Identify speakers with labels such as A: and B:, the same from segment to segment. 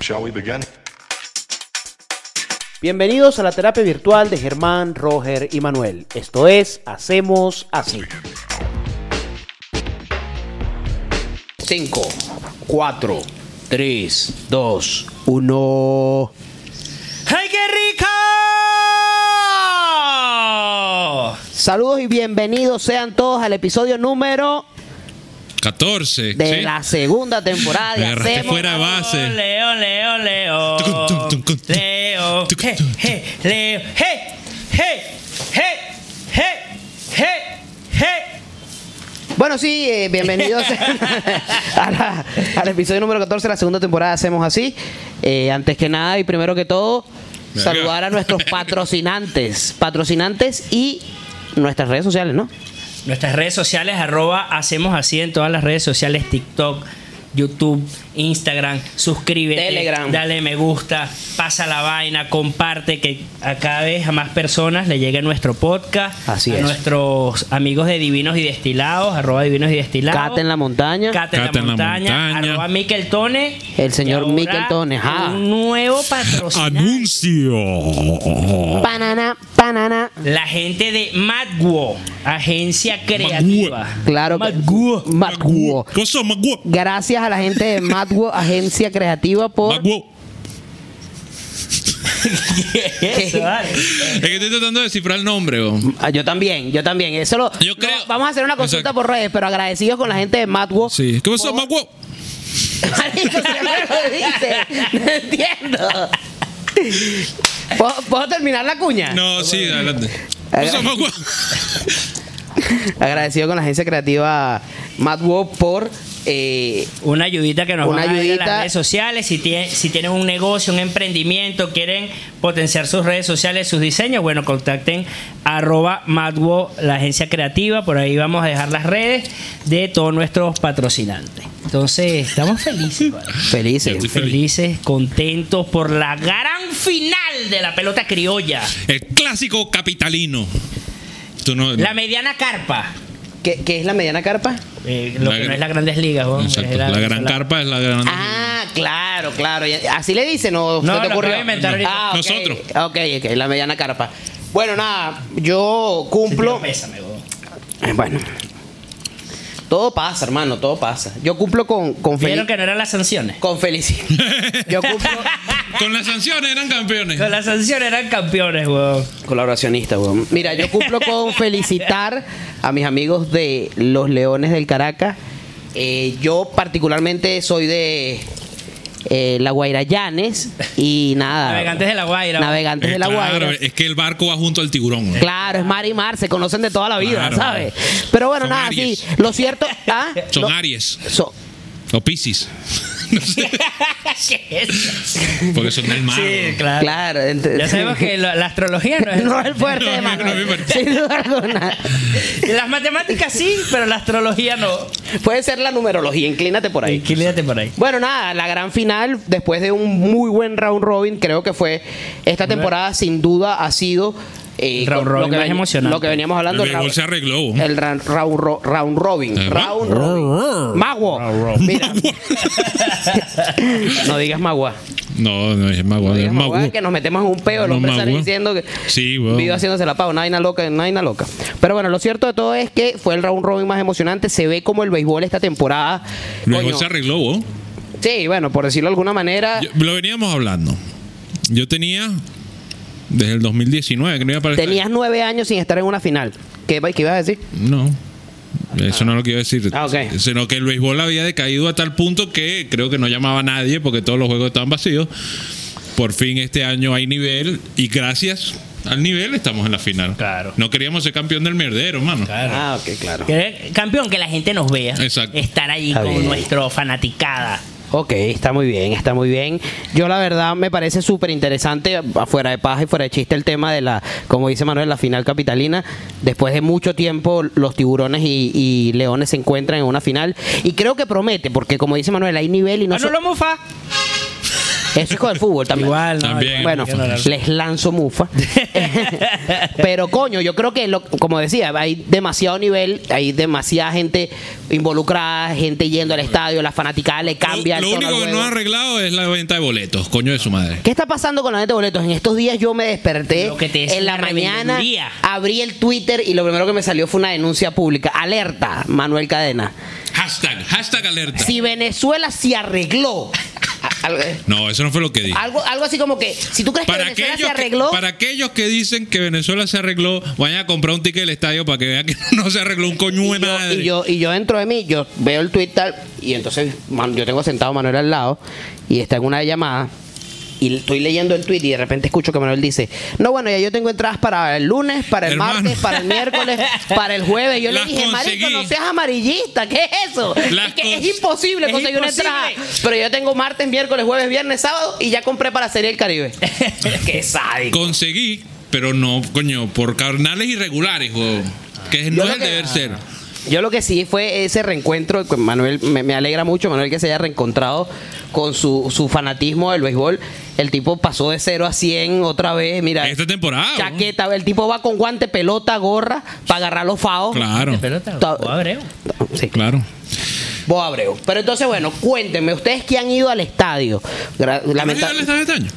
A: Shall we begin?
B: Bienvenidos a la terapia virtual de Germán, Roger y Manuel. Esto es Hacemos Así.
C: 5, 4, 3, 2, 1. ¡Hey, qué rico!
B: Saludos y bienvenidos sean todos al episodio número
D: 14.
B: de
D: ¿sí?
B: la segunda temporada
D: Me
B: de
D: agarraste
B: Hacemos
D: fuera base.
C: Leo, Leo, Leo.
D: Tucum, tum, tum, cum, tum.
C: Leo.
D: Tucum,
C: Hey,
D: tum,
C: hey, Leo. Hey, hey, hey, hey, hey, hey.
B: Bueno, sí, eh, bienvenidos a la- al episodio número 14 de la segunda temporada de Hacemos Así. Eh, antes que nada y primero que todo,
D: Venga.
B: saludar a nuestros patrocinantes, patrocinantes y nuestras redes sociales, ¿no?
C: Nuestras redes sociales, arroba, hacemos así en todas las redes sociales, TikTok, YouTube, Instagram, suscríbete,
B: Telegram.
C: dale me gusta, pasa la vaina, comparte que a cada vez a más personas le llegue nuestro podcast,
B: Así
C: a
B: es.
C: nuestros amigos de Divinos y Destilados, arroba Divinos y Destilados,
B: Cata en la montaña.
C: Cata en la,
D: Cata en la
C: montaña,
D: montaña.
C: arroba Miquel Tone.
B: El señor
C: Y ahora,
B: Miquel Tone, ajá.
C: Un nuevo patrocinador.
D: Anuncio.
B: Oh. Panana, panana.
C: La gente de Magwo, agencia creativa.
B: Claro que.
C: Magwo.
B: Matguo.
D: Cosa maguo.
B: Gracias a la gente de Matwo, agencia creativa, por.
D: Maguo.
C: Eso, vale.
D: Es que estoy tratando de descifrar el nombre. bo.
B: Ah, yo también, yo también. Eso lo-
D: Yo
B: no,
D: creo-
B: vamos a hacer una consulta
D: Exacto.
B: por redes, pero agradecidos con la gente de Matwo.
D: Sí. ¿Qué pasó, maguo?
B: Marico, siempre lo dice. No entiendo. ¿Puedo, puedo terminar la cuña?
D: No, sí, adelante. ¿Qué pasó, maguo?
B: Agradecido con la agencia creativa Matwo por. eh,
C: Una ayudita que nos
B: Una
C: van a dar en
B: ayudita.
C: las redes sociales. Si, tie- si tienen un negocio, un emprendimiento, quieren potenciar sus redes sociales, sus diseños, bueno, contacten arroba Madwo, la agencia creativa. Por ahí vamos a dejar las redes de todos nuestros patrocinantes. Entonces, estamos felices. vale.
B: felices.
D: Estoy feliz.
C: Felices, contentos por la gran final de la pelota criolla.
D: El clásico capitalino. Tú no.
C: La mediana carpa.
B: ¿Qué, qué es la mediana carpa?
C: Eh, lo
D: La
C: que
D: gran-
C: no es las grandes ligas, weón,
D: Exacto.
C: es
D: La gran
C: la-
D: carpa es la gran.
B: Ah, claro, claro. Ya- Así le dicen, ¿no?
C: No,
B: ¿Se te
C: lo acabo
B: ocurrió?
C: de inventar ahorita.
B: Ah, ok.
D: Nosotros.
B: Ok, ok, la mediana carpa. Bueno, nada, yo cumplo.
C: Pésame, weón.
B: Eh, Bueno, todo pasa, hermano, todo pasa. Yo cumplo con, con, fel-
C: Vieron que no eran las sanciones.
B: con felicidad. Yo cumplo.
D: Con las sanciones eran campeones.
C: Con las sanciones eran campeones, weón.
B: Colaboracionista, weón. Mira, yo cumplo con felicitar a mis amigos de los Leones del Caracas. Eh, yo, particularmente, soy de. eh, la Guaira Llanes y nada.
C: Navegantes de La Guaira.
B: Navegantes
D: Eh,
B: de la Guaira.
D: Claro, es que el barco va junto al tiburón. ¿no?
B: Claro, es mar y mar, se conocen de toda la vida,
D: Claro. eh.
B: ¿sabes? Pero bueno,
D: Son
B: nada,
D: Aries.
B: sí, lo cierto, ¿ah?
D: Son
B: Lo-
D: Aries
B: so-
D: o Pisces. No sé,
C: ¿Qué es?
D: porque son del mar.
C: Sí,
D: ¿no?
C: claro.
B: claro, ent-
C: Ya sabemos que la, la astrología no es.
B: no es el fuerte
D: No,
B: de
D: no,
B: Manuel,
D: no es mi fuerte.
B: sin duda alguna.
C: Las matemáticas sí, pero la astrología no.
B: Puede ser la numerología, inclínate por ahí.
C: Tranquilízate por ahí.
B: Bueno, nada, la gran final, después de un muy buen round robin, creo que fue esta temporada, sin duda ha sido. eh,
C: Round
B: con-
C: robin
B: lo que,
C: más
B: ven-
C: emocionante.
B: lo que veníamos
D: El
B: hablando.
D: béisbol
B: round-
D: se arregló. ¿no?
B: el round, round ro- round robin.
D: Eh,
B: Round robin. Magua. Mira. no digas magua.
D: No, no es Magua, es
B: Digamos,
D: Magua.
B: weón, que nos metemos en un peo, los
D: No,
B: hombres salen
D: magua.
B: diciendo que
D: Sí, weón.
B: vivo haciéndose la paga, una vaina loca, una vaina loca. Pero bueno, lo cierto de todo es que fue el round robin más emocionante, se ve como el béisbol esta temporada.
D: El
B: coño,
D: béisbol se arregló. ¿no?
B: sí, bueno, por decirlo de alguna manera,
D: Yo- lo veníamos hablando. Yo tenía desde el 2019 que no iba a aparecer.
B: tenías nueve años sin estar en una final. ¿Qué, qué ibas a decir?
D: No. Eso no es lo que iba a decir.
B: Ah, ok.
D: Sino que el béisbol había decaído a tal punto que creo que no llamaba a nadie porque todos los juegos estaban vacíos. Por fin este año hay nivel y gracias al nivel estamos en la final.
C: Claro.
D: No queríamos ser campeón del mierdero, mano.
C: Claro.
B: Ah, ok, claro.
C: Que- Campeón, que la gente nos vea.
D: Exacto.
C: Estar ahí
B: Está
C: con
B: bien.
C: nuestro fanaticada.
B: Ok, está muy bien, está muy bien. Yo la verdad me parece súper interesante, fuera de paja y fuera de chiste, el tema de la, como dice Manuel, la final capitalina. Después de mucho tiempo, los tiburones y, y leones se
C: Ah,
B: encuentran en una final. Y creo que promete, porque como dice Manuel, hay nivel y no... so-
C: Manolo Mufa.
B: Eso es con el fútbol también.
C: Igual, no,
D: También.
C: igual,
B: Bueno,
C: hay que hablar.
B: les lanzo mufa. Pero coño, yo creo que, lo- como decía, hay demasiado nivel, hay demasiada gente involucrada, gente yendo al estadio, la fanaticada le cambia. el
D: Lo, lo
B: tono al
D: único que no
B: juego.
D: ha arreglado es la venta de boletos, coño de su madre.
B: ¿Qué está pasando con la gente de boletos? En estos días yo me desperté
C: Lo que te es
B: en la
C: una
B: mañana,
C: revendeduría.
B: abrí el Twitter y lo primero que me salió fue una denuncia pública. Alerta, Manuel Cadena.
D: Hashtag, hashtag alerta.
B: Si Venezuela se arregló. a- algo-
D: No, eso no fue lo que dije.
B: Algo, algo así como que, si tú crees que
D: Para
B: Venezuela
D: aquellos,
B: se
D: que,
B: arregló,
D: para aquellos que dicen que Venezuela se arregló, vayan a comprar un ticket del estadio para que vean que no se arregló un coño de
B: y yo-
D: madre.
B: Y yo, y yo dentro de mí, yo veo el Twitter y entonces man, yo tengo sentado a Manuel al lado y está en una llamada y estoy leyendo el tweet y de repente escucho que Manuel dice, no, bueno, ya yo tengo entradas para el lunes, para el
D: Hermano.
B: martes, para el miércoles, para el jueves. Yo
D: Las
B: le dije, marico,
D: conseguí.
B: no seas amarillista, ¿qué es eso?
D: Las
B: Es que es
D: cons-
B: imposible
C: Es
B: conseguir
C: imposible.
B: una entrada. Pero yo tengo martes, miércoles, jueves, viernes, sábado y ya compré para Serie del Caribe. ¡Qué sádico!
D: Conseguí, pero no, coño, por carnales irregulares, huevón, que es-
B: Yo
D: no es
B: lo
D: el
B: que- Ah,
D: deber ser.
B: Yo lo que sí fue ese reencuentro, que Manuel, me, me alegra mucho, Manuel, que se haya reencontrado con su, su fanatismo del béisbol. El tipo pasó de 0 a 100 otra vez, mira.
D: Esta temporada. huevón.
B: Chaqueta, el tipo va con guante, pelota, gorra, para agarrar los faos.
D: Claro,
C: Pelota,
B: Ta-
C: o Abreu.
B: Sí,
D: claro.
B: vos Abreu. Pero entonces, bueno, cuéntenme, ustedes que han ido al estadio. Gra-
D: ¿No
B: lamenta-
D: llega el estadio este año?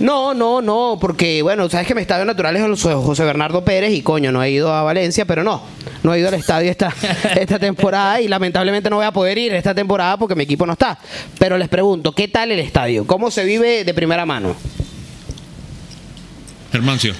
B: No, no, no, porque, bueno, sabes que mi estadio natural es el José- José Bernardo Pérez y coño, no he ido a Valencia, pero no, no he ido al estadio esta, esta temporada y lamentablemente no voy a poder ir esta temporada porque mi equipo no está. Pero les pregunto, ¿qué tal el estadio? ¿Cómo se vive de primera mano?
D: Hermancio.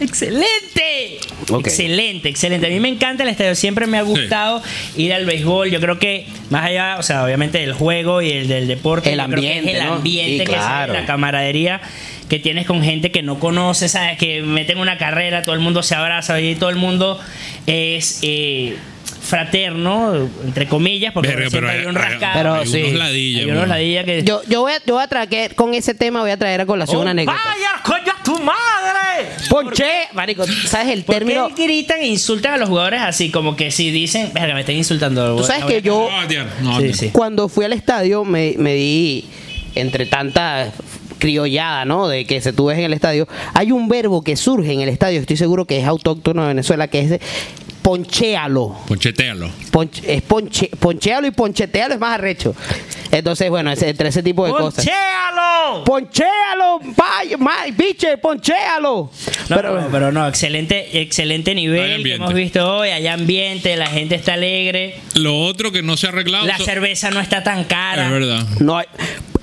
C: ¡Excelente!
B: Ok.
C: Excelente, excelente. A mí me encanta el estadio. Siempre me ha gustado ir al béisbol. Yo creo que, más allá, o sea, obviamente del juego y el del deporte,
B: El
C: yo creo que es
B: ambiente,
C: el
B: ¿no?
C: ambiente
B: Sí,
C: que se ve,
B: claro.
C: la camaradería que tienes con gente que no conoces, ¿sabes? Que meten una carrera, todo el mundo se abraza y todo el mundo es. eh, fraterno, entre comillas, porque
D: Verga,
C: siempre
D: pero
C: hay un
D: hay- hay-
C: rascado.
B: pero
C: hay
B: sí.
D: unos ladillas,
C: hay unos
D: bro.
C: ladillas que... "Oh,
B: Yo, yo, voy, a, yo voy a traer, con ese tema voy a traer a colación una anécdota.
C: ¡Vaya, coño, a tu madre!
B: Ponche, marico, ¿sabes el
C: ¿Por
B: término?
C: qué gritan e insultan a los jugadores así? Como que si dicen, verga, me están insultando.
B: Tú sabes que yo...
D: No, tío, no,
C: Sí,
D: tío.
C: sí.
B: Cuando fui al estadio me, me di entre tanta criollada, ¿no? De que se tú ves en el estadio. Hay un verbo que surge en el estadio, estoy seguro que es autóctono de Venezuela, que es de ponchéalo.
D: Ponchetealo.
B: Ponch- es ponche- ponchéalo y ponchetealo es más arrecho. Entonces, bueno, ese- entre ese tipo de cosas.
C: ¡Ponchéalo!
B: ¡Ponchéalo! ¡Vaya, my bitch! ¡Ponchéalo!
C: No,
B: Pero-
C: pero, pero no, excelente, excelente nivel
D: Hay
C: que
D: ambiente.
C: hemos visto hoy. Hay ambiente, la gente está alegre,
D: Lo otro que no se ha arreglado.
C: la
D: so-
C: cerveza no está tan cara.
D: Ah, es verdad.
B: no hay-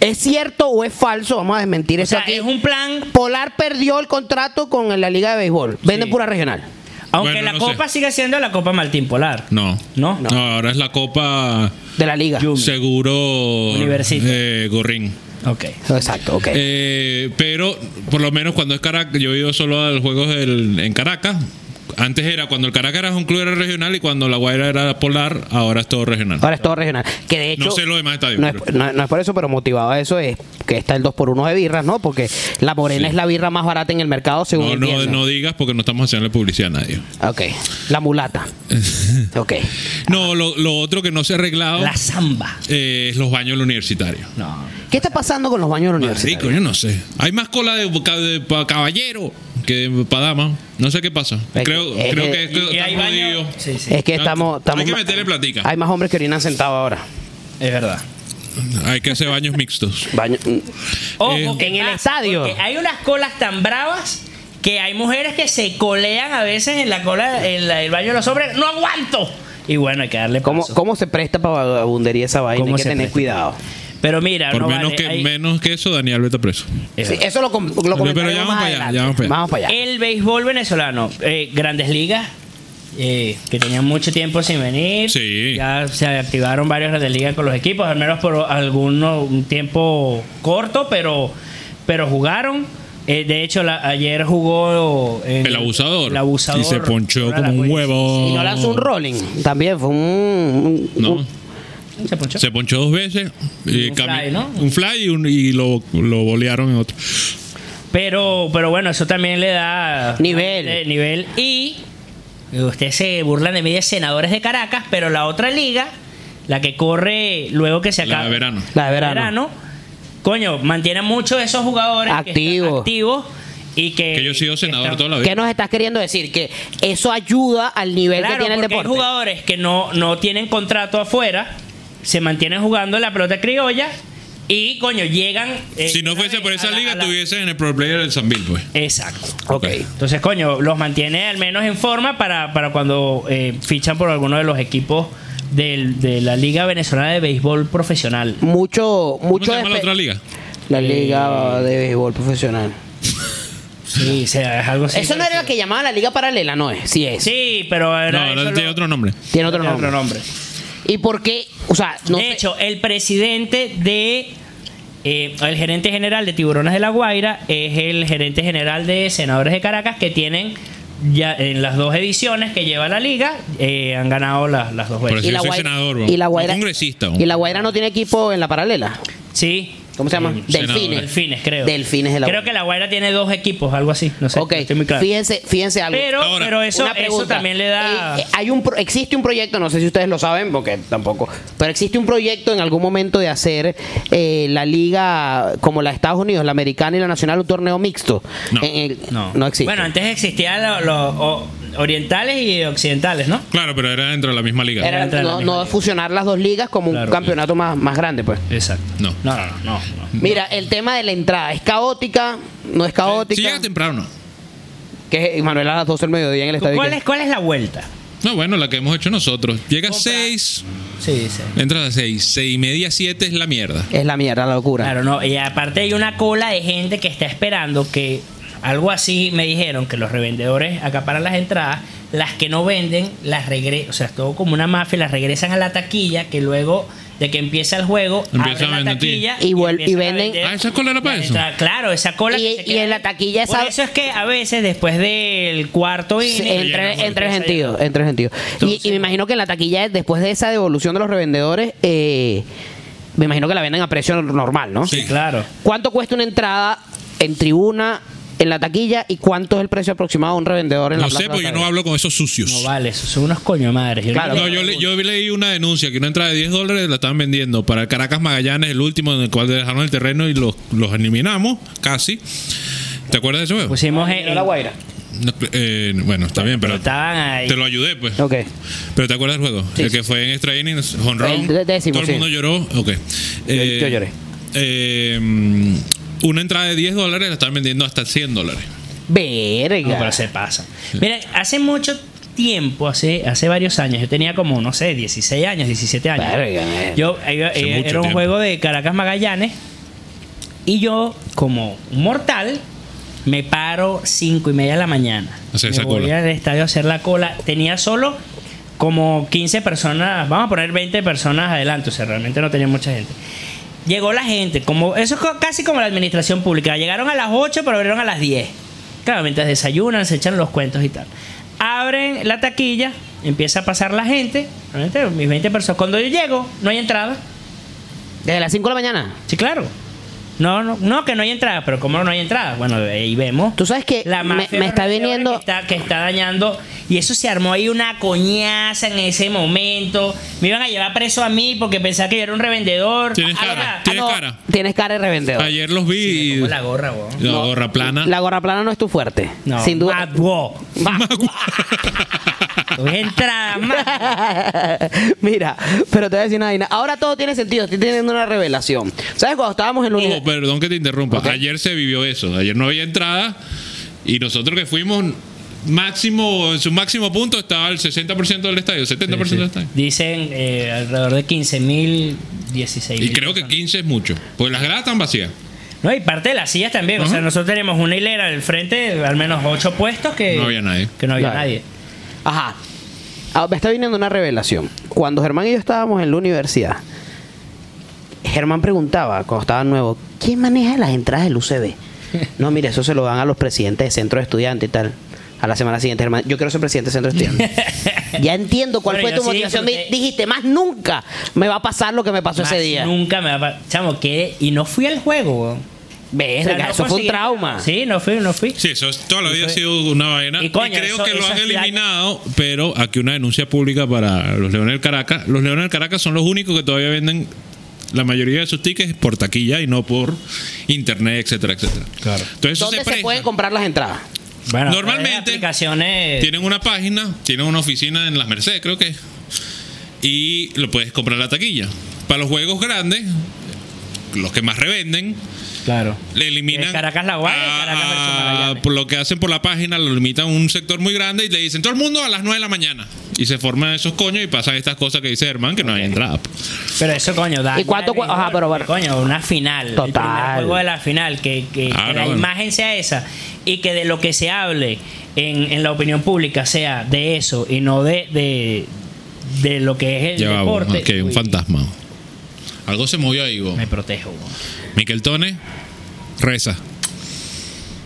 B: ¿Es cierto o es falso? Vamos a desmentir
C: O
B: eso
C: sea,
B: aquí.
C: es un plan,
B: Polar perdió el contrato con la Liga de Béisbol. Vende
C: Sí.
B: pura regional.
C: aunque
D: Bueno,
C: la
D: no sé.
C: copa sigue siendo la copa Martín Polar.
D: No.
C: ¿No?
D: No, ahora es la Copa
B: De la liga.
C: Yo-
D: Seguro
C: Universita.
D: eh, Gorrín.
C: Ok.
B: Exacto, ok.
D: Eh, pero por lo menos cuando es Caracas, yo he ido solo a los juegos del- en Caracas. Antes era cuando el Caracas era un club era regional y cuando la Guaira era polar, ahora es todo regional.
B: Ahora es todo regional. Que de hecho.
D: No sé los demás estadios,
B: No es,
D: pero-
B: no- no es por eso, pero motivado a eso es que está el 2x1 de birras, ¿no? Porque la morena es la birra más barata en el mercado, según.
D: No, no,
B: entiendo.
D: no digas porque no estamos haciendo publicidad a nadie.
B: Ok. La mulata. ok.
D: No, lo, lo otro que no se ha arreglado
C: La zamba.
D: eh, es los baños universitarios.
C: No.
B: ¿Qué está pasando con los baños
D: Marico,
B: universitarios?
D: yo no sé. Hay más cola de, ca- de pa- caballero que para dama. No sé qué pasa.
B: Es que-
D: Creo,
B: es
D: creo
B: que-
D: que, es que
C: Y hay
D: están
C: baños.
D: jodidos.
C: Sí, sí.
B: Es que estamos. estamos
D: Hay que meterle platica.
B: Hay más hombres que orinan sentados ahora.
C: Es verdad.
D: Hay que hacer baños mixtos.
B: Baño-
C: Ojo,
D: Eh,
C: que
B: En el
C: pasa,
B: estadio.
C: porque Ah, Hay unas colas tan bravas que hay mujeres que se colean a veces en la cola, en la- el baño de los hombres. ¡No aguanto! Y bueno, hay que darle
B: ¿Cómo,
C: paso.
B: ¿Cómo se presta para vagabundería esa vaina? Hay
C: ¿Cómo
B: que
C: se
B: tener
C: presta?
B: cuidado.
C: Pero mira,
D: Por
C: no
D: menos,
C: vale,
D: que,
C: hay-
D: menos que eso, Daniel vete preso.
C: es
B: Sí,
C: verdad.
B: eso lo, com- lo comentaremos
D: ya vamos
B: más
D: para allá,
B: adelante.
D: ya vamos para allá.
B: Vamos para allá.
C: El béisbol venezolano, eh, grandes ligas. eh, que tenían mucho tiempo sin venir.
D: Sí.
C: Ya se activaron varios grandes ligas con los equipos, al menos por alguno, un tiempo corto, pero, pero jugaron. Eh, de hecho, la- ayer jugó en-
D: El abusador.
C: El abusador.
D: Y se ponchó
C: Ahora
D: como
C: la
D: un
C: cuenta.
D: huevo.
B: Y
C: Eh,
B: no lanzó un rolling. También fue un. un-
D: No,
C: Se ponchó.
D: se ponchó dos veces.
C: Y
D: Y
C: un
D: cami-
C: fly, ¿no?
D: Un fly y, un- y lo, lo bolearon en otro.
C: Pero, pero bueno, eso también le da
B: Nivel.
C: eh, nivel. Y ustedes se burlan de mí de senadores de Caracas, pero la otra liga, la que corre luego que se
D: La
C: acaba.
D: de verano.
B: La de verano.
C: coño, mantiene muchos de esos jugadores que están
B: Activos.
C: activos y Eh, que,
D: Que yo he sido senador
C: que están-
D: toda la vida.
B: ¿Qué nos estás queriendo decir? Que eso ayuda al nivel que
C: Claro,
B: tiene el
C: porque
B: deporte.
C: hay jugadores que no, no tienen contrato afuera, se mantienen jugando en la pelota criolla y, coño, llegan. eh,
D: Si no
C: una
D: fuese
C: vez
D: por
C: a
D: esa
C: la-
D: liga,
C: a la-
D: estuviese en el Pro Player del San Bill, pues.
C: Exacto.
D: Ok.
C: Entonces, coño, los mantiene al menos en forma para, para cuando eh, fichan por alguno de los equipos del- de la Liga Venezolana de Béisbol Profesional.
B: Mucho,
D: ¿Cómo
B: mucho.
D: se llama la
B: despe-
D: otra liga?
B: La liga de béisbol profesional.
C: Sí, sea, es algo así.
B: eso no era la que llamaba la liga paralela, no es. Sí es.
C: Sí, pero era.
D: No,
C: eso
D: ahora
C: lo-
D: tiene otro nombre.
B: Tiene otro nombre. ¿Y por qué? O sea, no
C: de
B: sé-
C: hecho, el presidente de. eh, el gerente general de Tiburones de la Guaira es el gerente general de Senadores de Caracas que tienen ya en las dos ediciones que lleva la liga eh, han ganado las- las dos
D: Por
C: veces.
D: eso yo soy
B: Guaira-
D: senador, bro.
B: y la
D: No
B: Guaira-
D: congresista, bro.
B: Y la Guaira no tiene equipo en la paralela.
C: Sí.
B: ¿Cómo se llama?
D: senadores.
B: Delfines.
C: Delfines, creo.
B: Delfines de la
C: Creo
B: Guaira.
C: que la Guaira tiene dos equipos, algo así. No sé.
B: Ok,
C: no estoy muy claro.
B: fíjense, fíjense algo.
C: Pero,
D: Ahora,
C: pero eso,
B: Una
C: eso
B: pregunta.
C: también le da.
B: Eh, eh, hay un pro- existe un proyecto, no sé si ustedes lo saben, porque tampoco. Pero existe un proyecto en algún momento de hacer eh, la liga como la de Estados Unidos, la americana y la nacional, un torneo mixto.
D: No.
B: En el-
C: no.
B: existe.
C: Bueno, antes existían los orientales y occidentales, ¿no?
D: Claro, pero era dentro de la misma liga.
B: Era-
C: entra en la
B: no,
C: misma
B: no
C: liga.
B: fusionar las dos ligas como
C: Claro.
B: un campeonato más, más grande, pues.
C: Exacto.
D: No.
C: No, no, no. no, no.
B: Mira, el tema de la entrada, ¿es caótica? ¿No es
D: Si
B: caótica?
D: llega temprano.
B: que es Manuel a las 12 del mediodía en el estadio.
C: ¿Cuál
B: que-
C: es, ¿Cuál es la vuelta?
D: No, bueno, la que hemos hecho nosotros. Llega a
C: Compra.
D: 6,
C: Sí, sí.
D: entra a 6. 6 y media, 7 es la mierda.
B: Es la mierda, la locura.
C: Claro, no. Y aparte hay una cola de gente que está esperando que algo así me dijeron que los revendedores acaparan las entradas, las que no venden las regresan, o sea, es todo como una mafia, las regresan a la taquilla que luego de que empieza el juego
D: Empiezan
C: abren
D: a
C: la
D: vender.
C: taquilla
B: Y vuel- y
C: empiezan a
B: venden-
C: vender
D: Ah, esa cola era para
C: las
D: eso.
C: entradas. Claro, esa cola.
B: Y-
C: que se
B: y en
C: queda
B: la
C: ahí.
B: taquilla esa-
C: Por eso es que a veces después del cuarto
B: Sí,
C: inning
D: llena,
B: entre,
D: bueno.
B: entre sentido, entre sentido. Y, y me imagino que en la taquilla, después de esa devolución de los revendedores, eh, me imagino que la venden a precio normal, ¿no?
D: Sí.
C: Claro.
B: ¿Cuánto cuesta una entrada en tribuna, en la taquilla, y cuánto es el precio aproximado de un revendedor en
D: No
B: la plaza?
D: sé,
B: de
D: porque yo no
B: Batalla?
D: hablo con esos sucios.
C: No vale, eso son unos coño madres. Yo
B: Claro.
C: le-
D: Ah, No, yo, le- yo leí una denuncia que una entrada de 10 dólares la estaban vendiendo para el Caracas Magallanes, el último en el cual dejaron el terreno y los, los eliminamos, casi. ¿Te acuerdas de eso?
B: Pues
D: juego?
C: pusimos en,
B: ¿No la Guaira?
D: No, eh, bueno, está bien, pero te
C: estaban ahí.
D: lo ayudé, pues.
B: Ok.
D: Pero ¿te acuerdas del juego?
B: Sí,
D: el
B: sí,
D: que fue en extra innings, honrón.
B: El de- décimo,
D: Todo el
B: sí.
D: mundo lloró. Ok. Eh,
B: yo lloré.
D: eh, mm, una entrada de 10 dólares la están vendiendo hasta 100 dólares.
B: Verga.
C: No, pero se pasa. Mira, hace mucho tiempo, hace, hace varios años, yo tenía como, no sé, 16 años, 17 años.
B: Verga, eh.
C: Yo eh, eh,
D: mucho
C: era un
D: tiempo.
C: juego de Caracas Magallanes y yo, como un mortal, me paro 5 y media de la mañana.
D: Hacer
C: me
D: esa
C: voy
D: cola.
C: al estadio a hacer la cola. Tenía solo como 15 personas, vamos a poner 20 personas adelante, o sea, realmente no tenía mucha gente. Llegó la gente, como eso es co- casi como la administración pública. Llegaron a las 8, pero abrieron a las 10. Claro, mientras desayunan, se echan los cuentos y tal. Abren la taquilla, empieza a pasar la gente, realmente mis 20 personas. Cuando yo llego, no hay entrada.
B: Desde las 5 de la mañana.
C: Sí, claro. No, no, no, que no hay entrada, pero ¿cómo no hay entrada? Bueno, ahí vemos.
B: Tú sabes que
C: La
B: me-
C: mafia de
B: me
C: los
B: está
C: revendedores
B: viniendo-
C: Que está, que está dañando. Y eso se armó ahí una coñaza en ese momento. Me iban a llevar preso a mí porque pensaba que yo era un revendedor.
D: Tienes
C: Ah,
D: cara,
C: ah,
D: tienes
C: no.
D: cara.
B: Tienes cara de revendedor.
D: Ayer los vi
C: Me
D: y
C: como Ah, la gorra, weón.
D: la gorra plana.
B: La gorra plana no es tu fuerte.
C: No,
B: sin duda.
C: Mad Walk. Tuve entrada, Mad
B: Mira, pero te voy a decir una vaina. Ahora todo tiene sentido. Estoy teniendo una revelación. ¿Sabes cuando estábamos en
C: Oh,
B: la
D: Ojo,
B: uni-
D: perdón que te interrumpa.
B: Ok.
D: Ayer se vivió eso. Ayer no había entrada y nosotros que fuimos máximo, en su máximo punto estaba el 60% del estadio, 70% del estadio.
C: Dicen eh, alrededor de 15 mil, 16
D: Y creo que 15 es mucho. Pues las gradas están vacías.
C: No, y parte de las sillas también. O sea,
D: Ajá.
C: nosotros tenemos una hilera al frente, al menos ocho puestos que
D: No había nadie.
C: Que no había
B: Claro.
C: nadie.
B: Ajá. Ah, me está viniendo una revelación. Cuando Germán y yo estábamos en la universidad, Germán preguntaba, cuando estaba nuevo, ¿quién maneja las entradas del UCB? No, mire, eso se lo dan a los presidentes de centro de estudiantes y tal. A la semana siguiente, Germán, yo quiero ser presidente de centro de estudiantes. ya entiendo cuál
C: Bueno,
B: fue
C: yo
B: tu
C: sí
B: motivación. Di-
C: disfruté.
B: Dijiste, más nunca me va a pasar lo que me pasó
C: Más
B: ese día.
C: Nunca me va a Chamo, que Y no fui al juego, weón. O sea,
B: Verga,
C: no
B: eso fue un
C: conseguí-
B: trauma.
C: Sí, no fui, no fui.
D: Sí, eso es, toda la vida ha sido una vaina.
C: Y
D: Y,
C: coño,
D: creo
C: eso-
D: que lo
C: eso
D: han
C: es la-
D: eliminado, pero aquí una denuncia pública para los Leones del Caracas. Los Leones del Caracas son los únicos que todavía venden la mayoría de sus tickets es por taquilla y no por internet, etcétera, etcétera.
A: Claro.
D: Entonces, eso
B: ¿Dónde se,
D: presta.
B: pueden comprar las entradas?
C: Bueno,
D: Normalmente
C: hay aplicaciones
D: Tienen una página, tienen una oficina en Las Mercedes, creo que. es. Y lo puedes comprar la taquilla. Para los juegos grandes, los que más revenden,
C: claro
D: le eliminan.
C: Eh, Caracas La Guaira,
D: a-
C: Caracas versus Magallanes.
D: Por lo que hacen por la página, lo limitan a un sector muy grande y le dicen todo el mundo a las 9 de la mañana. Y se forman esos coños y pasan estas cosas que dice Herman, que no hay entrada.
C: pero eso coño da
B: ¿Y cuánto cu- ajá, pero bueno.
C: coño una final el
B: Total.
C: primer juego de la final que, que- que
D: Ah,
C: la
D: no, bueno.
C: imagen sea esa y que de lo que se hable en, en la opinión pública sea de eso y no de de, de lo que es el
D: Ya va,
C: deporte
D: ok, un
C: Uy,
D: fantasma. Algo se movió ahí, Bo.
C: me protejo bo.
D: Miquel Tone, reza.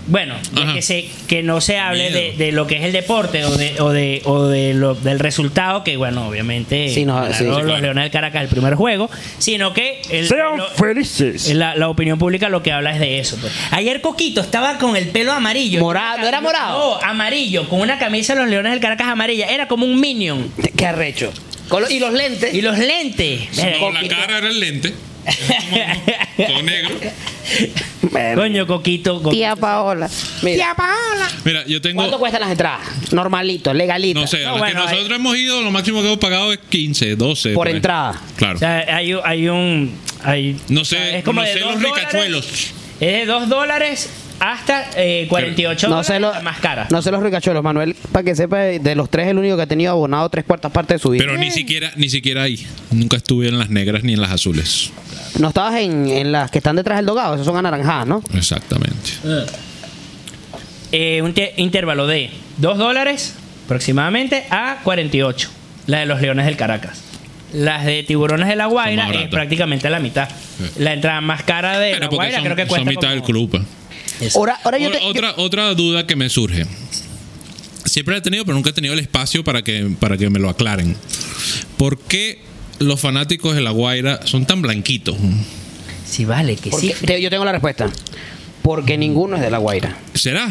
C: Bueno, de
D: Ajá.
C: que, se, que no se hable de,
D: Miedo.
C: de lo que es el deporte o de, o de, o de lo, del resultado, que bueno, obviamente
B: Sí, no,
C: ganaron
B: sí, sí,
C: los
D: claro.
C: Leones del Caracas el primer juego, sino que el- lo-
A: felices.
C: la, la opinión pública lo que habla es de eso. pues. Ayer Coquito estaba con el pelo amarillo.
B: Morado,
C: Una
B: ¿no era
C: cam-
B: morado?
C: No, amarillo, con una camisa de los Leones del Caracas amarilla. Era como un minion.
B: Qué arrecho. Con lo- y los lentes.
C: Y los lentes. Verga,
D: No, la
C: Coquito.
D: cara era el lente. Todo negro.
C: Coño, Coquito. Coquito.
E: Tía Paola.
B: Eh, Mira,
D: Mira, yo tengo.
B: ¿Cuánto cuestan las entradas? Normalito, legalito.
D: No sé, a
C: No,
D: lo que
C: bueno, eh,
D: nosotros hemos ido, lo máximo que hemos pagado es 15, 12.
B: Por
D: ahí.
B: entrada.
D: Claro.
C: O sea, hay, un- hay un. hay-
D: No sé,
C: o sea,
D: no
C: de
D: sé
C: dos
D: los
C: dólares-
D: ricachuelos.
C: Es de 2 dólares hasta eh, 48
B: No
C: dólares
B: sé, lo-
C: la más cara.
B: no sé los ricachuelos, Manuel, para que sepa, de los tres, el único que ha tenido abonado tres cuartas partes de su vida.
D: Pero ni siquiera, ni siquiera ahí. Nunca estuve en las negras ni en las azules.
B: no estabas en, en las que están detrás del dogado, esas son anaranjadas, ¿no?
D: Exactamente.
C: Eh, un te- intervalo de 2 dólares aproximadamente a 48. La de los Leones del Caracas. Las de Tiburones de la Guaira
D: Son más
C: es
D: baratas. Mm.
C: prácticamente la mitad. La entrada más cara de la
D: Pero porque
C: Guaira
D: son,
C: creo que
D: son
C: cuesta.
D: mitad
C: como-
D: del club. pues.
B: Ahora, ahora yo
D: O-
B: te- yo-
D: otra, otra duda que me surge. Siempre la he tenido, pero nunca he tenido el espacio para que, para que me lo aclaren. ¿Por qué los fanáticos de La Guaira son tan blanquitos?
C: Sí, vale, que
B: porque-
C: sí.
B: te- yo tengo la respuesta. Porque ninguno es de la Guaira.
D: ¿Será?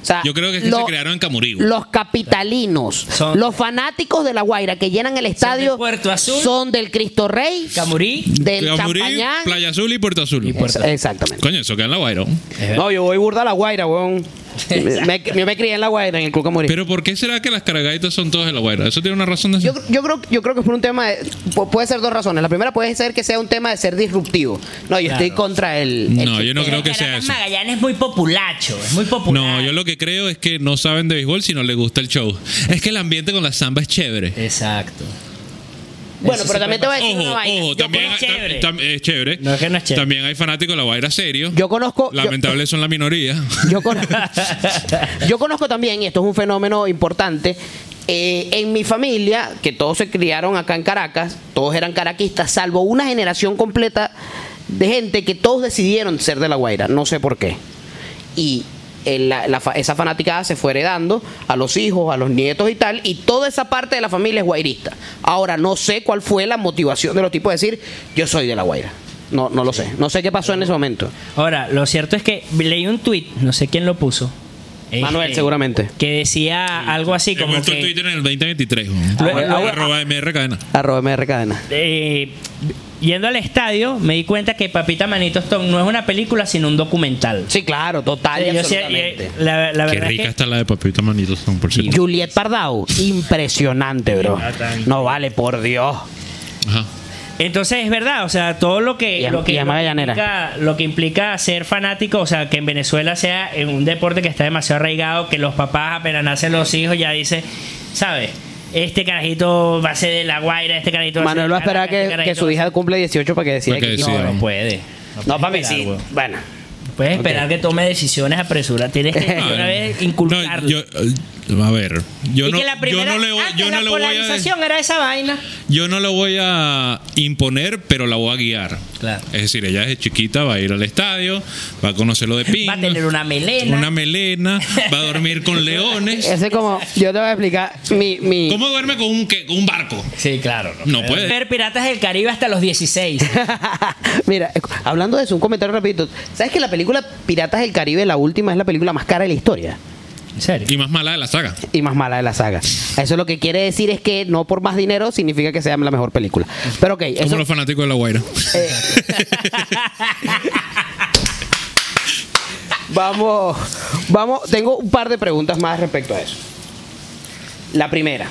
B: O sea,
D: Yo creo que es que
B: lo-
D: se crearon en Camurigo.
B: Los capitalinos,
C: Son-
B: los fanáticos de la Guaira que llenan el estadio,
C: del Puerto Azul.
B: son del Cristo Rey,
C: Camurí.
B: del
D: Camurí,
B: Champañán.
D: Playa Azul y Puerto Azul.
C: Y Puerto-
B: Ex- Exactamente.
D: Coño, eso queda en La Guaira. ¿no?
B: No, yo voy burda a la Guaira, weón. me, yo me crié en la Guaira, en el Club Camurí.
D: Pero ¿por qué será que las cargaditas son todas de la guaira? Eso tiene una razón de
B: Yo,
D: ser.
B: yo creo, yo creo que es por un tema de- pu- puede ser dos razones. La primera puede ser que sea un tema de ser disruptivo. No, yo estoy contra el. el
D: No, yo no creo que sea
C: Caracas
D: eso.
C: Magallanes es muy populacho. Es muy popular.
D: No, yo lo que creo es que no saben de béisbol si no les gusta el show. Es que el ambiente con la samba es chévere.
C: Exacto.
B: Bueno,
C: Eso
B: pero
C: sí puede
B: también te voy a decir
D: Ojo,
B: una vaina.
D: ojo,
C: Yo
D: también
C: creo
D: hay-
C: que es chévere.
D: tam- tam- es chévere.
C: No, es que no es chévere.
D: También hay fanáticos de la guaira serio.
B: Yo conozco. yo-
D: Lamentables son la minoría.
B: Yo, con- yo conozco también, y esto es un fenómeno importante, eh, en mi familia, que todos se criaron acá en Caracas, todos eran caraquistas, salvo una generación completa de gente que todos decidieron ser de La Guaira, no sé por qué. Y eh, la- la fa- esa fanaticada se fue heredando a los hijos, a los nietos y tal, y toda esa parte de la familia es guairista. Ahora, no sé cuál fue la motivación de los tipos de decir, yo soy de La Guaira. No, no lo sé. No sé qué pasó en ese momento.
C: Ahora, lo cierto es que leí un tweet, no sé quién lo puso.
B: Manuel,
C: Este,
B: seguramente.
C: Que decía algo así
D: He
C: como
D: vuelto
C: que.
D: Twitter en el 2023. ¿no?
C: Ah, bueno,
D: Arroba-
C: ah,
D: arroba MR cadena.
B: Arroba MR Cadena.
C: eh, yendo al estadio, me di cuenta que Papita Manito Stone no es una película, sino un documental.
B: Sí, claro, total. y
C: Eh, yo sí,
B: absolutamente.
C: eh, la, la
D: Qué
C: verdad
D: rica
C: es que
D: está la de papita manito, son por cierto.
B: eh, Juliet Pardau, impresionante, bro. No vale, por Dios.
D: Ajá.
C: entonces es verdad, o sea, todo lo que
B: Y es-
C: lo que,
B: y es
C: lo que
B: magallanera.
C: implica, lo que implica ser fanático, o sea, que en Venezuela sea en un deporte que está demasiado arraigado, que los papás apenas nacen los hijos ya dicen, ¿sabes? Este carajito va a ser de la Guaira, este carajito va a ser
B: Manuel
C: de
B: va a esperar
C: Caracas,
B: que,
C: este
B: que
C: carajito
B: su
C: va a
B: hija cumple 18 para que decida.
D: Para que
B: que-
C: ser- No,
D: decida.
C: no puede.
B: No, para mí
C: esperar,
B: sí.
C: weón.
B: Bueno.
C: Puedes esperar que tome decisiones apresuradas. Tienes que de
D: Ah,
C: una vez
D: no,
C: inculcarlo.
D: yo, eh, a ver, yo
C: y
D: no,
C: que la
D: yo
C: primera,
D: no le voy,
C: antes
D: yo no
C: la
D: le voy a
C: polarización era esa vaina.
D: Yo no la voy a imponer, pero la voy a guiar.
C: Claro.
D: Es decir, ella desde chiquita va a ir al estadio, va a conocer lo de Pink,
C: Va a tener una melena.
D: una melena, va a dormir con leones.
B: Ese es como, yo te voy a explicar mi... mi
D: ¿Cómo duerme con un, qué- con un barco?
C: Sí, claro.
D: No puede.
C: Ver Piratas del Caribe hasta los 16.
B: Mira, escu- hablando de eso, un comentario rapidito. ¿Sabes que la película Piratas del Caribe, la última, es la película más cara de la historia?
C: ¿En serio?
D: Y más mala de la saga.
B: y más mala de la saga. Eso lo que quiere decir es que no por más dinero significa que sea la mejor película. Pero ok,
D: Como
B: eso,
D: los fanáticos de La Guaira.
B: vamos, vamos, tengo un par de preguntas más respecto a eso. La primera.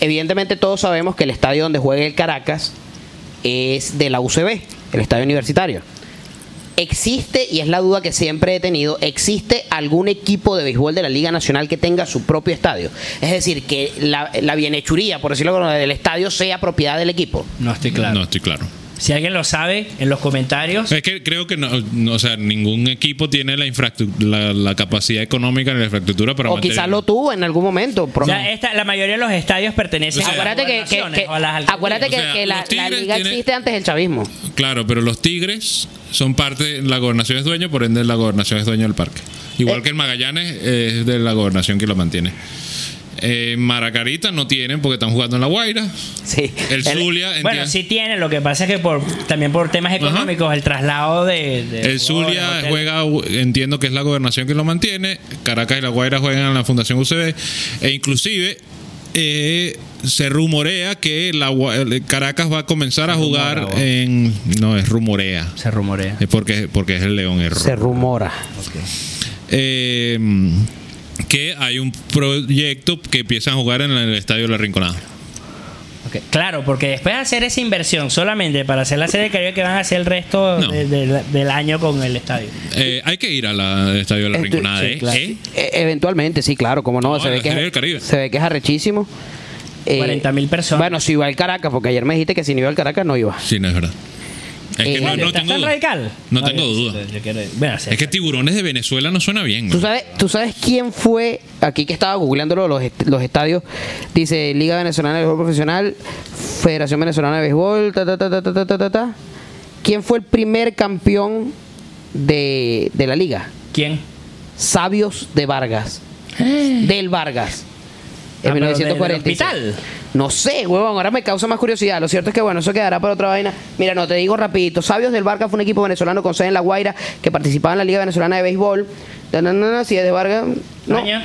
B: Evidentemente todos sabemos que el estadio donde juega el Caracas es de la UCB, el estadio universitario. ¿Existe, y es la duda que siempre he tenido, existe algún equipo de béisbol de la Liga Nacional que tenga su propio estadio? Es decir, que la, la bienhechuría, por decirlo como del estadio, sea propiedad del equipo.
C: No estoy claro.
D: No, estoy claro.
C: Si alguien lo sabe, en los comentarios.
D: Es que creo que no, no, o sea, ningún equipo tiene la, infraestru- la, la capacidad económica ni la infraestructura para
B: o quizás
D: mantener-
B: lo tuvo en algún momento. pro-
C: Ya esta, la mayoría de los estadios pertenecen
D: O sea,
C: a
B: acuérdate que,
C: las
B: que-
C: gobernaciones
B: que-
C: o a las alcaldías.
B: acuérdate que,
D: O sea,
B: que la,
D: los Tigres
B: la liga
D: tienen-
B: existe antes del chavismo.
D: Claro, pero los Tigres son parte, la gobernación es dueño, por ende la gobernación es dueño del parque. Igual que el Magallanes eh, es de la gobernación que lo mantiene. Eh, Maracarita no tienen porque están jugando en La Guaira.
B: Sí.
D: El Zulia,
C: Bueno,
D: entiendo-
C: sí tienen, lo que pasa es que por también por temas económicos, el traslado de. de
D: El
C: jugadores,
D: Zulia
C: hoteles.
D: juega, entiendo que es la gobernación que lo mantiene, Caracas y La Guaira juegan en la Fundación UCB, e inclusive eh, se rumorea que la, Gua- eh, Caracas va a comenzar a jugar
C: rumora,
D: en... No, es rumorea,
C: Se rumorea.
D: es porque, porque es el León error.
B: Se rumora.
D: Eh, que hay un proyecto que empiezan a jugar en el Estadio La Rinconada.
C: Ok, Claro, porque después de hacer esa inversión solamente para hacer la serie de Caribe que van a hacer el resto
D: No.
C: de- de- del año con el estadio.
D: Eh, hay que ir al Estadio La
B: Entu-
D: Rinconada,
B: sí,
D: ¿eh?
B: claro.
D: ¿Eh?
B: E- eventualmente, sí, claro, como no.
D: No,
B: se, ve
D: la
B: que
D: Serie del
B: es,
D: Caribe.
B: se ve que es arrechísimo. Eh,
C: 40.000 personas.
B: Bueno, si iba al Caracas, porque ayer me dijiste que si no iba al Caracas no iba.
D: Sí, no es verdad. Es que no,
B: Eh, ¿estás
D: no
C: ¿Estás
D: tengo
C: tan
D: duda.
C: radical?
D: No tengo duda. Es que
C: que
D: tiburones de Venezuela no suena bien.
B: ¿Tú
D: güey.
B: sabes, ¿Tú sabes quién fue? Aquí que estaba googleándolo, los, est- los estadios. Dice Liga Venezolana de Béisbol Profesional, Federación Venezolana de Béisbol, ta, ta, ta, ta, ta, ta, ta, ta, ta. ¿Quién fue el primer campeón de, de la liga?
C: ¿Quién?
B: Sabios de Vargas. Del Vargas. En
C: Ah, pero del- del
B: 1946.
C: hospital.
B: No sé, huevón, ahora me causa más curiosidad. Lo cierto es que, bueno, eso quedará para otra vaina. Mira, no, te digo rapidito. Sabios del Vargas fue un equipo venezolano con sede en La Guaira que participaba en la Liga Venezolana de Béisbol. Na, na, na, na, Si es de Vargas, no.
C: Año.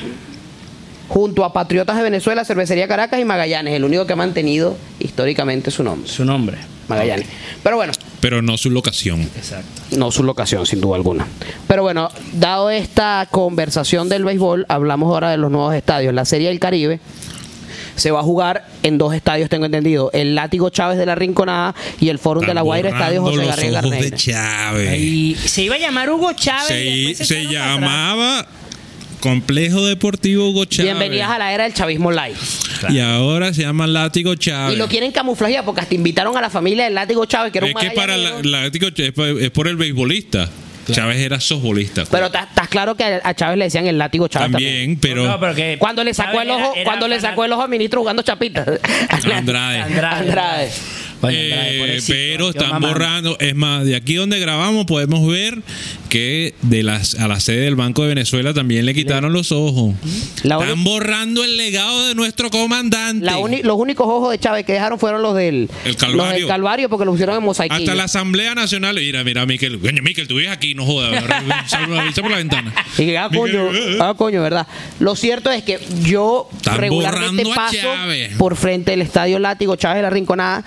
B: Junto a Patriotas de Venezuela, Cervecería Caracas y Magallanes, el único que ha mantenido históricamente su nombre.
C: Su nombre.
B: Magallanes. Pero bueno,
D: Pero no su locación.
C: Exacto.
B: no su locación, sin duda alguna. Pero bueno, dado esta conversación del béisbol, hablamos ahora de los nuevos estadios. La Serie del Caribe se va a jugar en dos estadios, tengo entendido. El Látigo Chávez de la Rinconada y el Fórum de la Guaira,
D: Están
B: Estadio José
D: borrando los
B: García
D: ojos de
B: Garneiro.
D: Chávez.
C: Y se iba a llamar Hugo Chávez. y
D: Eh. se
C: después
D: se
C: echaron para atrás.
D: llamaba Complejo Deportivo Hugo Chávez.
B: Bienvenidas a la era del chavismo live.
D: Y ahora se llama Látigo Chávez.
B: Y lo quieren camuflajear porque hasta invitaron a la familia del Látigo Chávez, que era un
D: es que para la-
B: magallanero.
D: Látigo Chávez es pa- es por el beisbolista. Chávez era softbolista.
B: Pero ta- estás claro que a Chávez le decían el Látigo Chávez también.
D: también, pero
C: No, pero que
B: Cuando le sacó
C: Chávez
B: el
C: era-
B: ojo,
C: era
B: cuando le
C: fanat-
B: sacó el ojo al ministro jugando chapitas.
D: Andrade.
C: Andrade.
B: Andrade.
C: Coño, Andrade,
D: Eh,
C: pobrecito,
D: pero
C: yo
D: están
C: mamá.
D: borrando. Es más, de aquí donde grabamos podemos ver que de las, a la sede del Banco de Venezuela también le quitaron los ojos.
B: La
D: están
B: uni-
D: borrando el legado de nuestro comandante.
B: La uni- los únicos ojos de Chávez que dejaron fueron los del,
D: El Calvario.
B: los del Calvario porque lo pusieron en mosaiquillo.
D: Hasta la Asamblea Nacional. Mira, mira, Miquel. Coño, Miquel, tú vives aquí, no jodas. Sal sal por la ventana.
B: Y que, ah, coño,
D: Miguel, eh,
B: ah, coño, ¿verdad? Lo cierto es que yo
D: Están
B: regularmente
D: borrando a
B: paso
D: Chávez.
B: por frente del estadio Látigo Chávez de la Rinconada.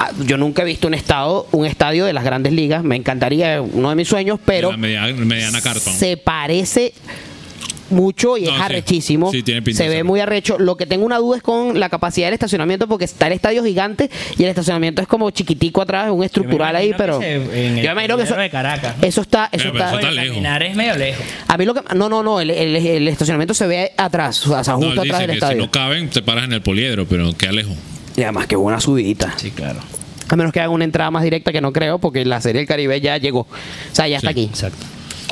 B: Ah, Yo nunca he visto un estado, un estadio de las grandes ligas. Me encantaría, uno de mis sueños, pero
D: La media- mediana cartón.
B: se parece mucho y
D: No,
B: es
D: sí.
B: arrechísimo.
D: Sí, tiene pinta
B: se
D: de
B: ve
D: serlo.
B: muy arrecho. Lo que tengo una duda es con la capacidad del estacionamiento, porque está el estadio gigante y el estacionamiento es como chiquitico atrás, un estructural ahí, pero.
C: imagino que se- en el
B: yo me imagino que eso.
C: primero de Caracas, ¿no?
B: Eso está. Eso
D: Pero, pero
B: está-
D: eso
C: Coño,
D: está lejos.
C: Caminar es medio lejos.
B: a mí lo que. No, no, no. El, el- el estacionamiento se ve atrás, o sea,
D: No,
B: justo
D: dice
B: atrás del
D: que si
B: estadio.
D: no caben, te paras en el poliedro, pero qué alejo.
B: Y además, que buena subidita.
C: Sí, claro.
B: A menos que hagan una entrada más directa, que no creo, porque la Serie del Caribe ya llegó. O sea, ya está
D: Sí,
B: aquí.
C: Exacto.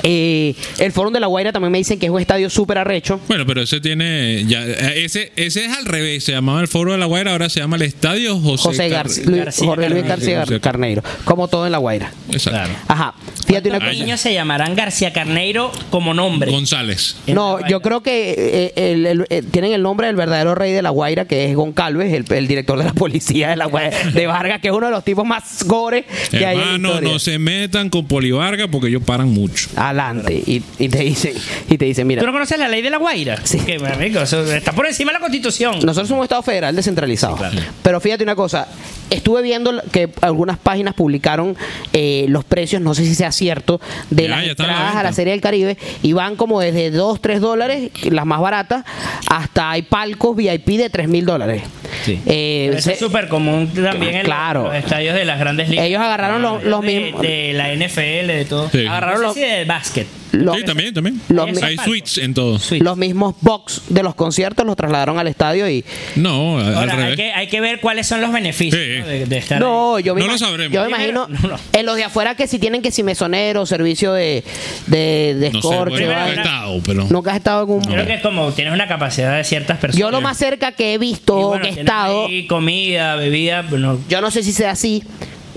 B: Eh, el Fórum de la Guaira también me dicen que es un estadio súper arrecho.
D: Bueno, pero ese tiene. Ya, ese, ese es al revés. Se llamaba el Foro de la Guaira, ahora se llama el Estadio José,
B: José
D: Car-
B: García, Luis-
C: García
B: Jorge Luis
C: Carneiro.
B: García Carneiro, como todo en La Guaira.
D: Exacto.
C: Claro.
B: Ajá, Fíjate una
C: Los
B: cosa.
C: niños se llamarán García Carneiro como nombre.
D: González.
B: No, yo creo que eh, el- el- eh, tienen el nombre del verdadero rey de la Guaira, que es Goncalves, el, el director de la policía de la Guaira, de Vargas, que es uno de los tipos más gore que hay en la
D: Hermano,
B: historia.
D: no se metan con Polivarga porque ellos paran mucho.
B: Adelante. Y, y te dicen, y te dicen, mira,
C: ¿Tú no conoces la ley de la Guaira?
B: Sí.
C: Que, marico, eso está por encima de la Constitución.
B: Nosotros somos un Estado federal descentralizado. Pero fíjate una cosa, estuve viendo l- que algunas páginas publicaron eh, los precios, no sé si sea cierto, de
D: Ya,
B: las
D: ya están a la
B: entradas a
D: venta.
B: la Serie del Caribe y van como desde 2, 3 dólares, las más baratas, hasta hay palcos VIP de 3 mil dólares.
C: Sí.
B: Eh,
C: Eso
B: se-
C: es súper común también en
B: Claro.
C: los estadios de las grandes ligas.
B: Ellos agarraron los- los
C: de,
B: mismos-
C: De la NFL, de todo.
D: Sí.
C: Agarraron
B: No
C: los.
B: sé
C: del básquet.
B: lo-
D: Sí, también, también.
B: Los
C: mi-
D: Hay suites en todo.
C: Suite.
B: los mismos box de los conciertos los trasladaron al estadio y...
D: No, a- al
C: Ahora, hay
D: revés.
C: que, hay que ver cuáles son los beneficios
D: Sí.
C: ¿no? de, de estar. ahí.
B: No, yo me
D: No lo
B: imag-
D: sabremos.
B: Yo me
C: Primero,
B: imagino
C: no lo-
B: en los de afuera que si tienen que si mesonero, servicio de, de, de
D: No sé,
B: escorche,
D: bueno,
C: va.
D: nunca he
B: vaina.
D: estado, pero.
B: Nunca has estado en un.
C: Creo que es como tienes una capacidad de ciertas personas.
B: Yo lo más cerca que he visto
C: Y bueno,
B: que he
C: tienes
B: estado,
C: ahí comida, bebida, pues bueno,
B: yo no sé si sea así,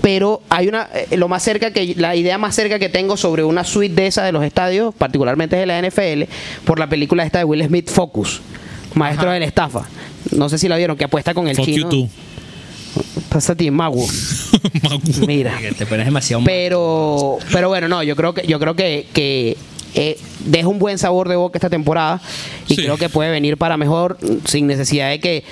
B: pero hay una eh, lo más cerca que la idea más cerca que tengo sobre una suite de esa de los estadios, particularmente de la NFL, por la película esta de Will Smith Focus, maestro de la estafa. No sé si la vieron que apuesta con el
D: Fuck you
B: chino.
D: too.
B: Pasa a ti, Mago.
D: Macu.
B: Mira.
C: que te pones demasiado mal.
B: Pero, pero bueno, no, yo creo que, yo creo que, que eh, deja un buen sabor de boca esta temporada y
D: Sí.
B: creo que puede venir para mejor mm, sin necesidad de que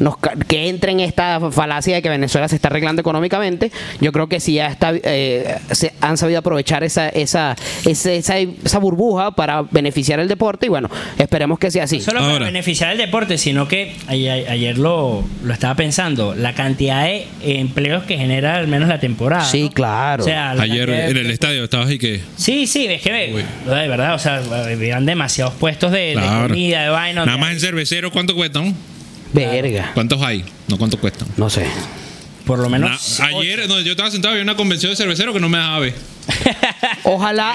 B: nos ca- que entre en esta falacia de que Venezuela se está arreglando económicamente. Yo creo que sí ya está, eh, se han sabido aprovechar esa, esa, ese- esa, esa burbuja para beneficiar el deporte y bueno, esperemos que sea así.
C: solo para
D: Ahora.
C: beneficiar el deporte, sino que ayer, ayer lo, lo estaba pensando, la cantidad de empleos que genera al menos la temporada.
B: Sí,
C: ¿no?
B: claro.
C: O sea, la
D: Ayer
C: cantidad de-
D: en el estadio estabas y que.
C: Sí, sí, es que
D: Uy.
C: ve, no, de verdad, o sea, habían demasiados puestos de, de
D: Claro.
C: comida, de vaina.
D: Nada
C: donde
D: más
C: hay-
D: en cervecero, ¿cuánto cuestan?
B: Verga.
D: ¿Cuántos hay? No, ¿cuánto cuestan?
B: No sé.
C: por lo menos.
D: Na- ah.
C: ocho.
D: ayer, no, yo estaba sentado, había una convención de cerveceros que no me dejaba ver.
B: Ojalá,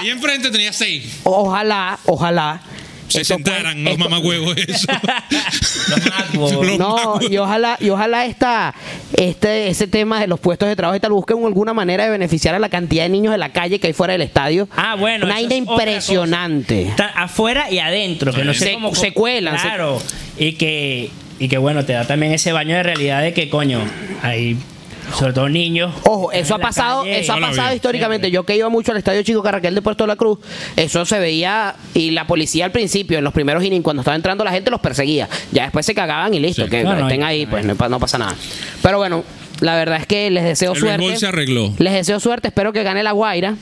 D: Ahí enfrente tenía seis.
B: ojalá, ojalá.
D: Se
B: esto
D: sentaran
B: pueda-
D: los
B: esto-
D: mamagüevos eso.
C: Los magos.
D: Los
B: No,
D: magos.
B: y ojalá, y ojalá esta, este, ese tema de los puestos de trabajo y tal busquen alguna manera de beneficiar a la cantidad de niños de la calle que hay fuera del estadio.
C: Ah, bueno.
B: Una
C: eso
B: vaina
C: es otra
B: impresionante.
C: cosa. Está afuera y adentro, que no sé
B: Se-
C: cómo-
B: se cuelan, se-
C: Claro. Y que, y que bueno, te da también ese baño de realidad de que, coño, hay sobre todo niños.
B: Ojo,
C: que
B: eso
C: están
B: ha
C: en la
B: pasado,
C: calle.
B: eso ha
D: No la
B: pasado
D: vi.
B: históricamente. Yo que iba mucho al estadio Chico Carraquel de Puerto de la Cruz, eso se veía y la policía al principio, en los primeros innings, cuando estaba entrando la gente los perseguía. Ya después se cagaban y listo,
D: Sí.
B: que
C: No, no,
B: estén
C: no,
B: ahí,
C: no.
B: pues no, pa- no pasa nada. Pero bueno, la verdad es que les deseo
D: El béisbol
B: suerte.
D: se arregló.
B: Les deseo suerte, espero que gane la Guaira.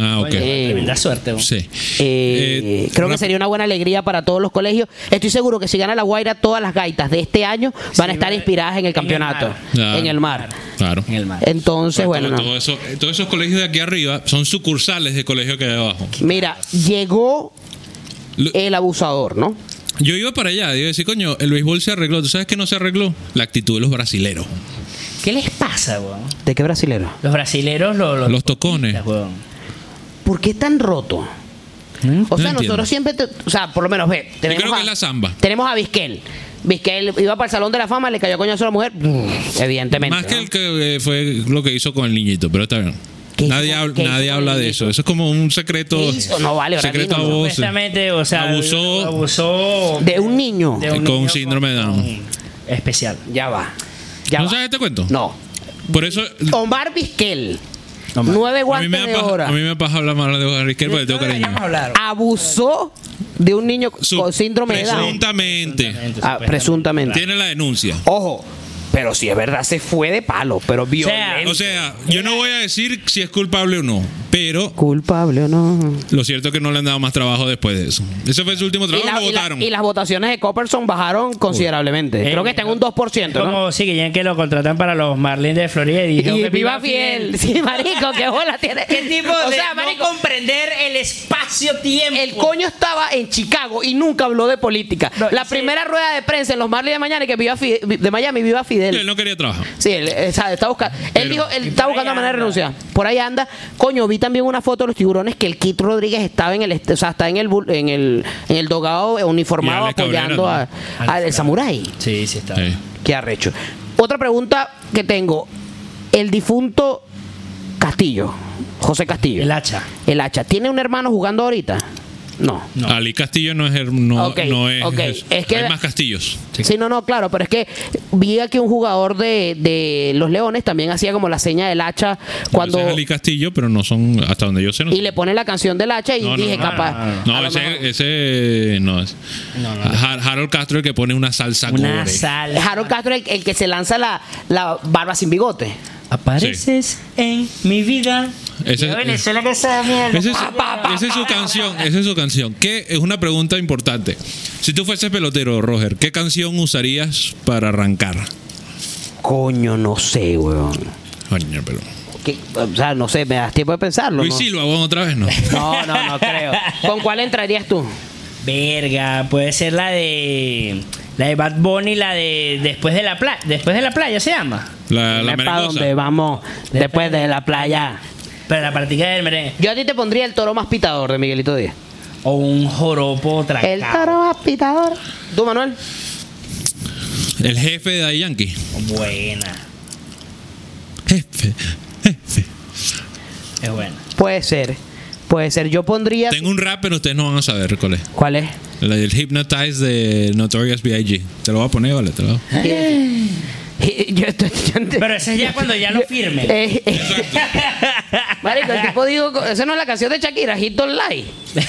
D: Ah, ok.
C: Coño, Tremenda suerte. ¿no?
D: Sí.
B: Eh,
D: Eh,
B: creo
D: rap-
B: que sería una buena alegría para todos los colegios. Estoy seguro que si gana la Guaira, todas las gaitas de este año van a
C: Sí,
B: estar
C: va-
B: inspiradas en el campeonato, en el
D: Claro.
B: mar.
D: Claro.
C: En el mar.
B: Entonces, bueno,
D: todo,
B: no.
D: todo eso- eh, todos esos colegios de aquí arriba son sucursales de colegios que hay abajo.
B: mira, llegó
D: Lo-
B: el abusador, ¿no?
D: Yo iba para allá, digo, decir, coño, el béisbol se arregló. ¿Tú sabes qué no se arregló? La actitud de los brasileros.
C: ¿Qué les pasa, weón?
B: ¿De qué brasilero?
C: Los brasileros, lo- los,
D: Los tocones.
C: deportistas, weón.
B: ¿Por qué tan roto? O sea,
D: ¿Eh? entiendo.
B: nosotros siempre, te- o sea, por lo menos, ve, tenemos,
D: creo que
B: a,
D: es la samba.
B: tenemos a Vizquel. Vizquel iba para el Salón de la Fama, le cayó coñazo a la mujer, mm, evidentemente.
D: Más que
B: ¿no?
D: el que eh, fue lo que hizo con el niñito, pero está bien.
B: ¿Qué hizo
D: Nadie,
B: con-
D: habla,
B: qué hizo
D: nadie
B: con
D: habla
B: el
D: de
B: niñito?
D: eso. Eso es como un secreto.
B: ¿Qué hizo? No vale, ahora
D: secreto a
B: mismo,
D: voces.
C: Supuestamente, o sea,
D: Abusó.
C: abusó
B: De un niño.
D: Con síndrome de Down.
C: con- Especial.
B: Ya va. Ya
D: ¿No
B: va.
D: sabes este cuento?
B: No.
D: Por eso.
B: Omar Vizquel.
C: Omar.
B: Nueve
D: A mí, me
B: guantes
D: da
B: de
D: paja,
B: hora.
D: a mí me da paja hablar mal de Oscar Izquierdo porque le tengo
C: Ahora
D: cariño.
C: vamos a hablar.
B: Abusó de un niño
D: Su-
B: con síndrome de Down.
D: Presuntamente.
B: Ah, presuntamente.
D: Tiene la denuncia.
B: Ojo, pero si es verdad, se fue de palo, pero violento.
D: O sea, yo no voy a decir si es culpable o no, pero
B: Culpable o no.
D: lo cierto es que no le han dado más trabajo después de eso. Ese fue su último
B: Y,
D: trabajo,
B: la-
D: lo
B: y la-
D: votaron.
B: y las votaciones de Copperson bajaron considerablemente.
C: Eh,
B: Creo que está en un 2%, ¿no?
C: Como sí, que ya que lo contratan para los Marlins de Florida y dijeron
B: Y
C: que
B: viva fiel. Sí, marico, qué bola tiene.
C: ¿Qué tipo
B: o
C: de
B: sea,
C: no
B: marico,
C: comprender el espacio-tiempo?
B: el coño estaba en Chicago y nunca habló de política.
C: No,
B: la
C: sí.
B: primera rueda de prensa en los Marley de mañana que viva Fi- de Miami, viva Fidel.
D: Él no quería trabajar.
B: Sí, él, eh, sabe, está buscando. él
D: Pero-
B: dijo, él está
C: por
B: buscando
C: ahí
B: manera de
C: anda.
B: renunciar. Por ahí anda. Coño, vi también una foto de los tiburones que el Kit Rodríguez estaba en el, est- o sea, está en el bul- en el, en el dogado eh, uniformado
D: Y Alex Cabrera,
B: apoyando a-
C: ¿no?
B: al samurái.
C: Sí, sí está.
D: Sí.
B: Qué arrecho. Otra pregunta que tengo. El difunto Castillo. José Castillo.
C: El hacha.
B: El hacha. ¿Tiene un hermano jugando ahorita? No.
C: No.
D: Ali Castillo no es. her- No,
B: Ok,
D: no es,
B: ok. Es que-
D: hay más castillos.
B: Sí. no, no, claro, pero es que vi que un jugador de, de los Leones también hacía como la seña del hacha cuando...
D: Entonces, Ali Castillo, pero no son. Hasta donde yo sé, no
B: Y le pone la canción del hacha y
D: No, no,
B: dije,
D: no,
B: capaz... a
D: Ah, No,
B: lo mejor-
D: ese, ese no es. Har- Harold Castro el que pone una salsa
C: Una
D: gore.
B: Es
C: sal.
B: Harold Castro el, el que se lanza la, la barba sin bigote.
C: Apareces en mi vida.
D: Ese-
C: Yo, Venezuela que esa mierda.
D: Esa es,
C: Pa, pa, pa,
D: esa es su
C: pa,
D: canción,
C: pa.
D: esa es su canción. ¿Qué es una pregunta importante? Si tú fueses pelotero, Roger, ¿qué canción usarías para arrancar?
B: Coño, no sé, weón.
D: Coño, pero-
B: ¿Qué? O sea, no sé, me das tiempo de pensarlo.
D: Luis
B: ¿no?
D: Silva, bueno, otra vez no.
B: No, no, no creo. ¿Con cuál entrarías tú?
C: Verga, puede ser la de. La de Bad Bunny, la de. Después de la playa. Después de la playa se llama.
D: La, la
B: Dime pa' dónde
D: merengosa.
B: vamos después de la playa.
C: Pero la práctica del merengue.
B: Yo a ti te pondría el toro más pitador de Miguelito Díaz.
C: O un joropo trancado.
B: El toro más pitador. ¿Tú, Manuel?
D: El jefe de Daddy Yankee.
C: Buena.
D: Jefe, jefe.
C: Es buena.
B: Puede ser. Puede ser. Yo pondría.
D: Tengo un rap, pero ustedes no van a saber cuál es.
B: ¿Cuál es?
D: El, el Hypnotize de Notorious B.I.G. Te lo voy a poner, vale, te lo hago.
B: Yo estoy- yo-
C: Pero ese es ya cuando ya lo firme.
B: Eh, eh, Marico, el tipo dijo. Esa no es la canción de Shakira, Hit Don't Lie.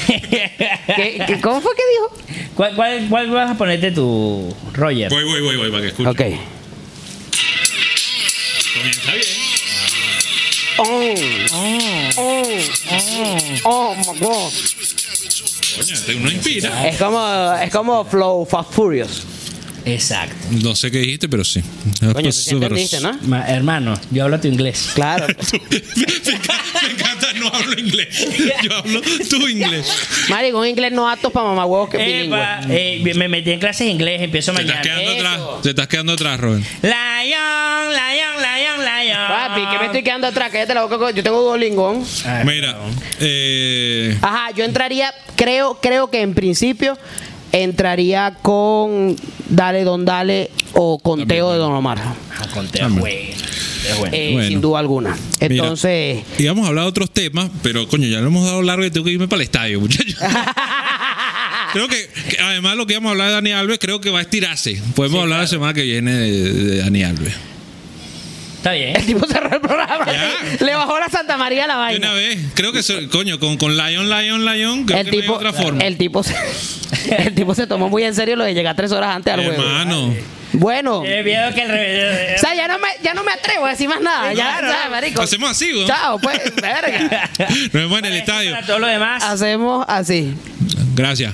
B: ¿Qué- qué- cómo fue que dijo?
C: ¿Cuál, cuál, cuál vas a ponerte tu Roger?
D: Voy, voy, voy, voy, para que escuchen.
B: Ok.
D: Comienza bien.
B: Oh,
C: Oh,
B: oh, oh, my God.
D: Coño, te- uno inspira.
B: Es como, es como Flow Fast Furious.
C: exacto.
D: No sé qué dijiste, pero sí.
B: Coño, sí entendiste, ¿no?
C: Ma- hermano, yo hablo tu inglés.
B: Claro.
D: me, encanta, me encanta, no hablo inglés. Yo hablo tu inglés.
B: Marico, un inglés no apto para mamagüevos que bilingüe.
C: Epa, eh, me metí en clases de inglés, empiezo
D: Te estás
C: mañana.
D: quedando
B: eso.
D: atrás. Te estás quedando atrás, Robert.
C: Lion, lion, lion, lion.
B: Papi, que me estoy quedando atrás, cállate la boca. co- Yo tengo Duolingo.
C: Ah,
D: Mira,
C: perdón.
D: eh,
B: Ajá, yo entraría, creo, creo que en principio entraría con Dale Don Dale o Conteo de Don Omar.
C: Ah, conté,
D: Hombre.
C: bueno, es bueno.
B: Eh,
D: Bueno.
B: Sin duda alguna.
D: mira,
B: Entonces.
D: íbamos a hablar de otros temas, pero coño, ya lo hemos dado largo y tengo que irme para el estadio, muchachos. Creo que, que además lo que íbamos a hablar de Dani Alves, creo que va a estirarse. Podemos hablar la semana que viene de, de Dani Alves.
C: Está bien.
B: El tipo cerró el programa.
D: Ya.
B: Le bajó la Santa María a la
D: De una
B: vaina.
D: vez, creo que, se- coño, con, con Lion, Lion, Lion, creo
B: El
D: que no hay
B: tipo,
D: otra forma.
B: el, tipo se, el tipo se tomó muy en serio lo de llegar tres horas antes al juego.
D: Hermano.
B: Bueno.
C: He miedo que el
B: O
C: revés.
B: sea, ya no me, ya no me atrevo a decir más nada. ya,
C: claro.
B: ¿sabes, marico?
D: Hacemos así, weón.
B: Chao, pues, verga.
D: Nos vemos en el estadio.
B: Ah,
C: Para todo lo demás.
B: Hacemos así.
D: Gracias.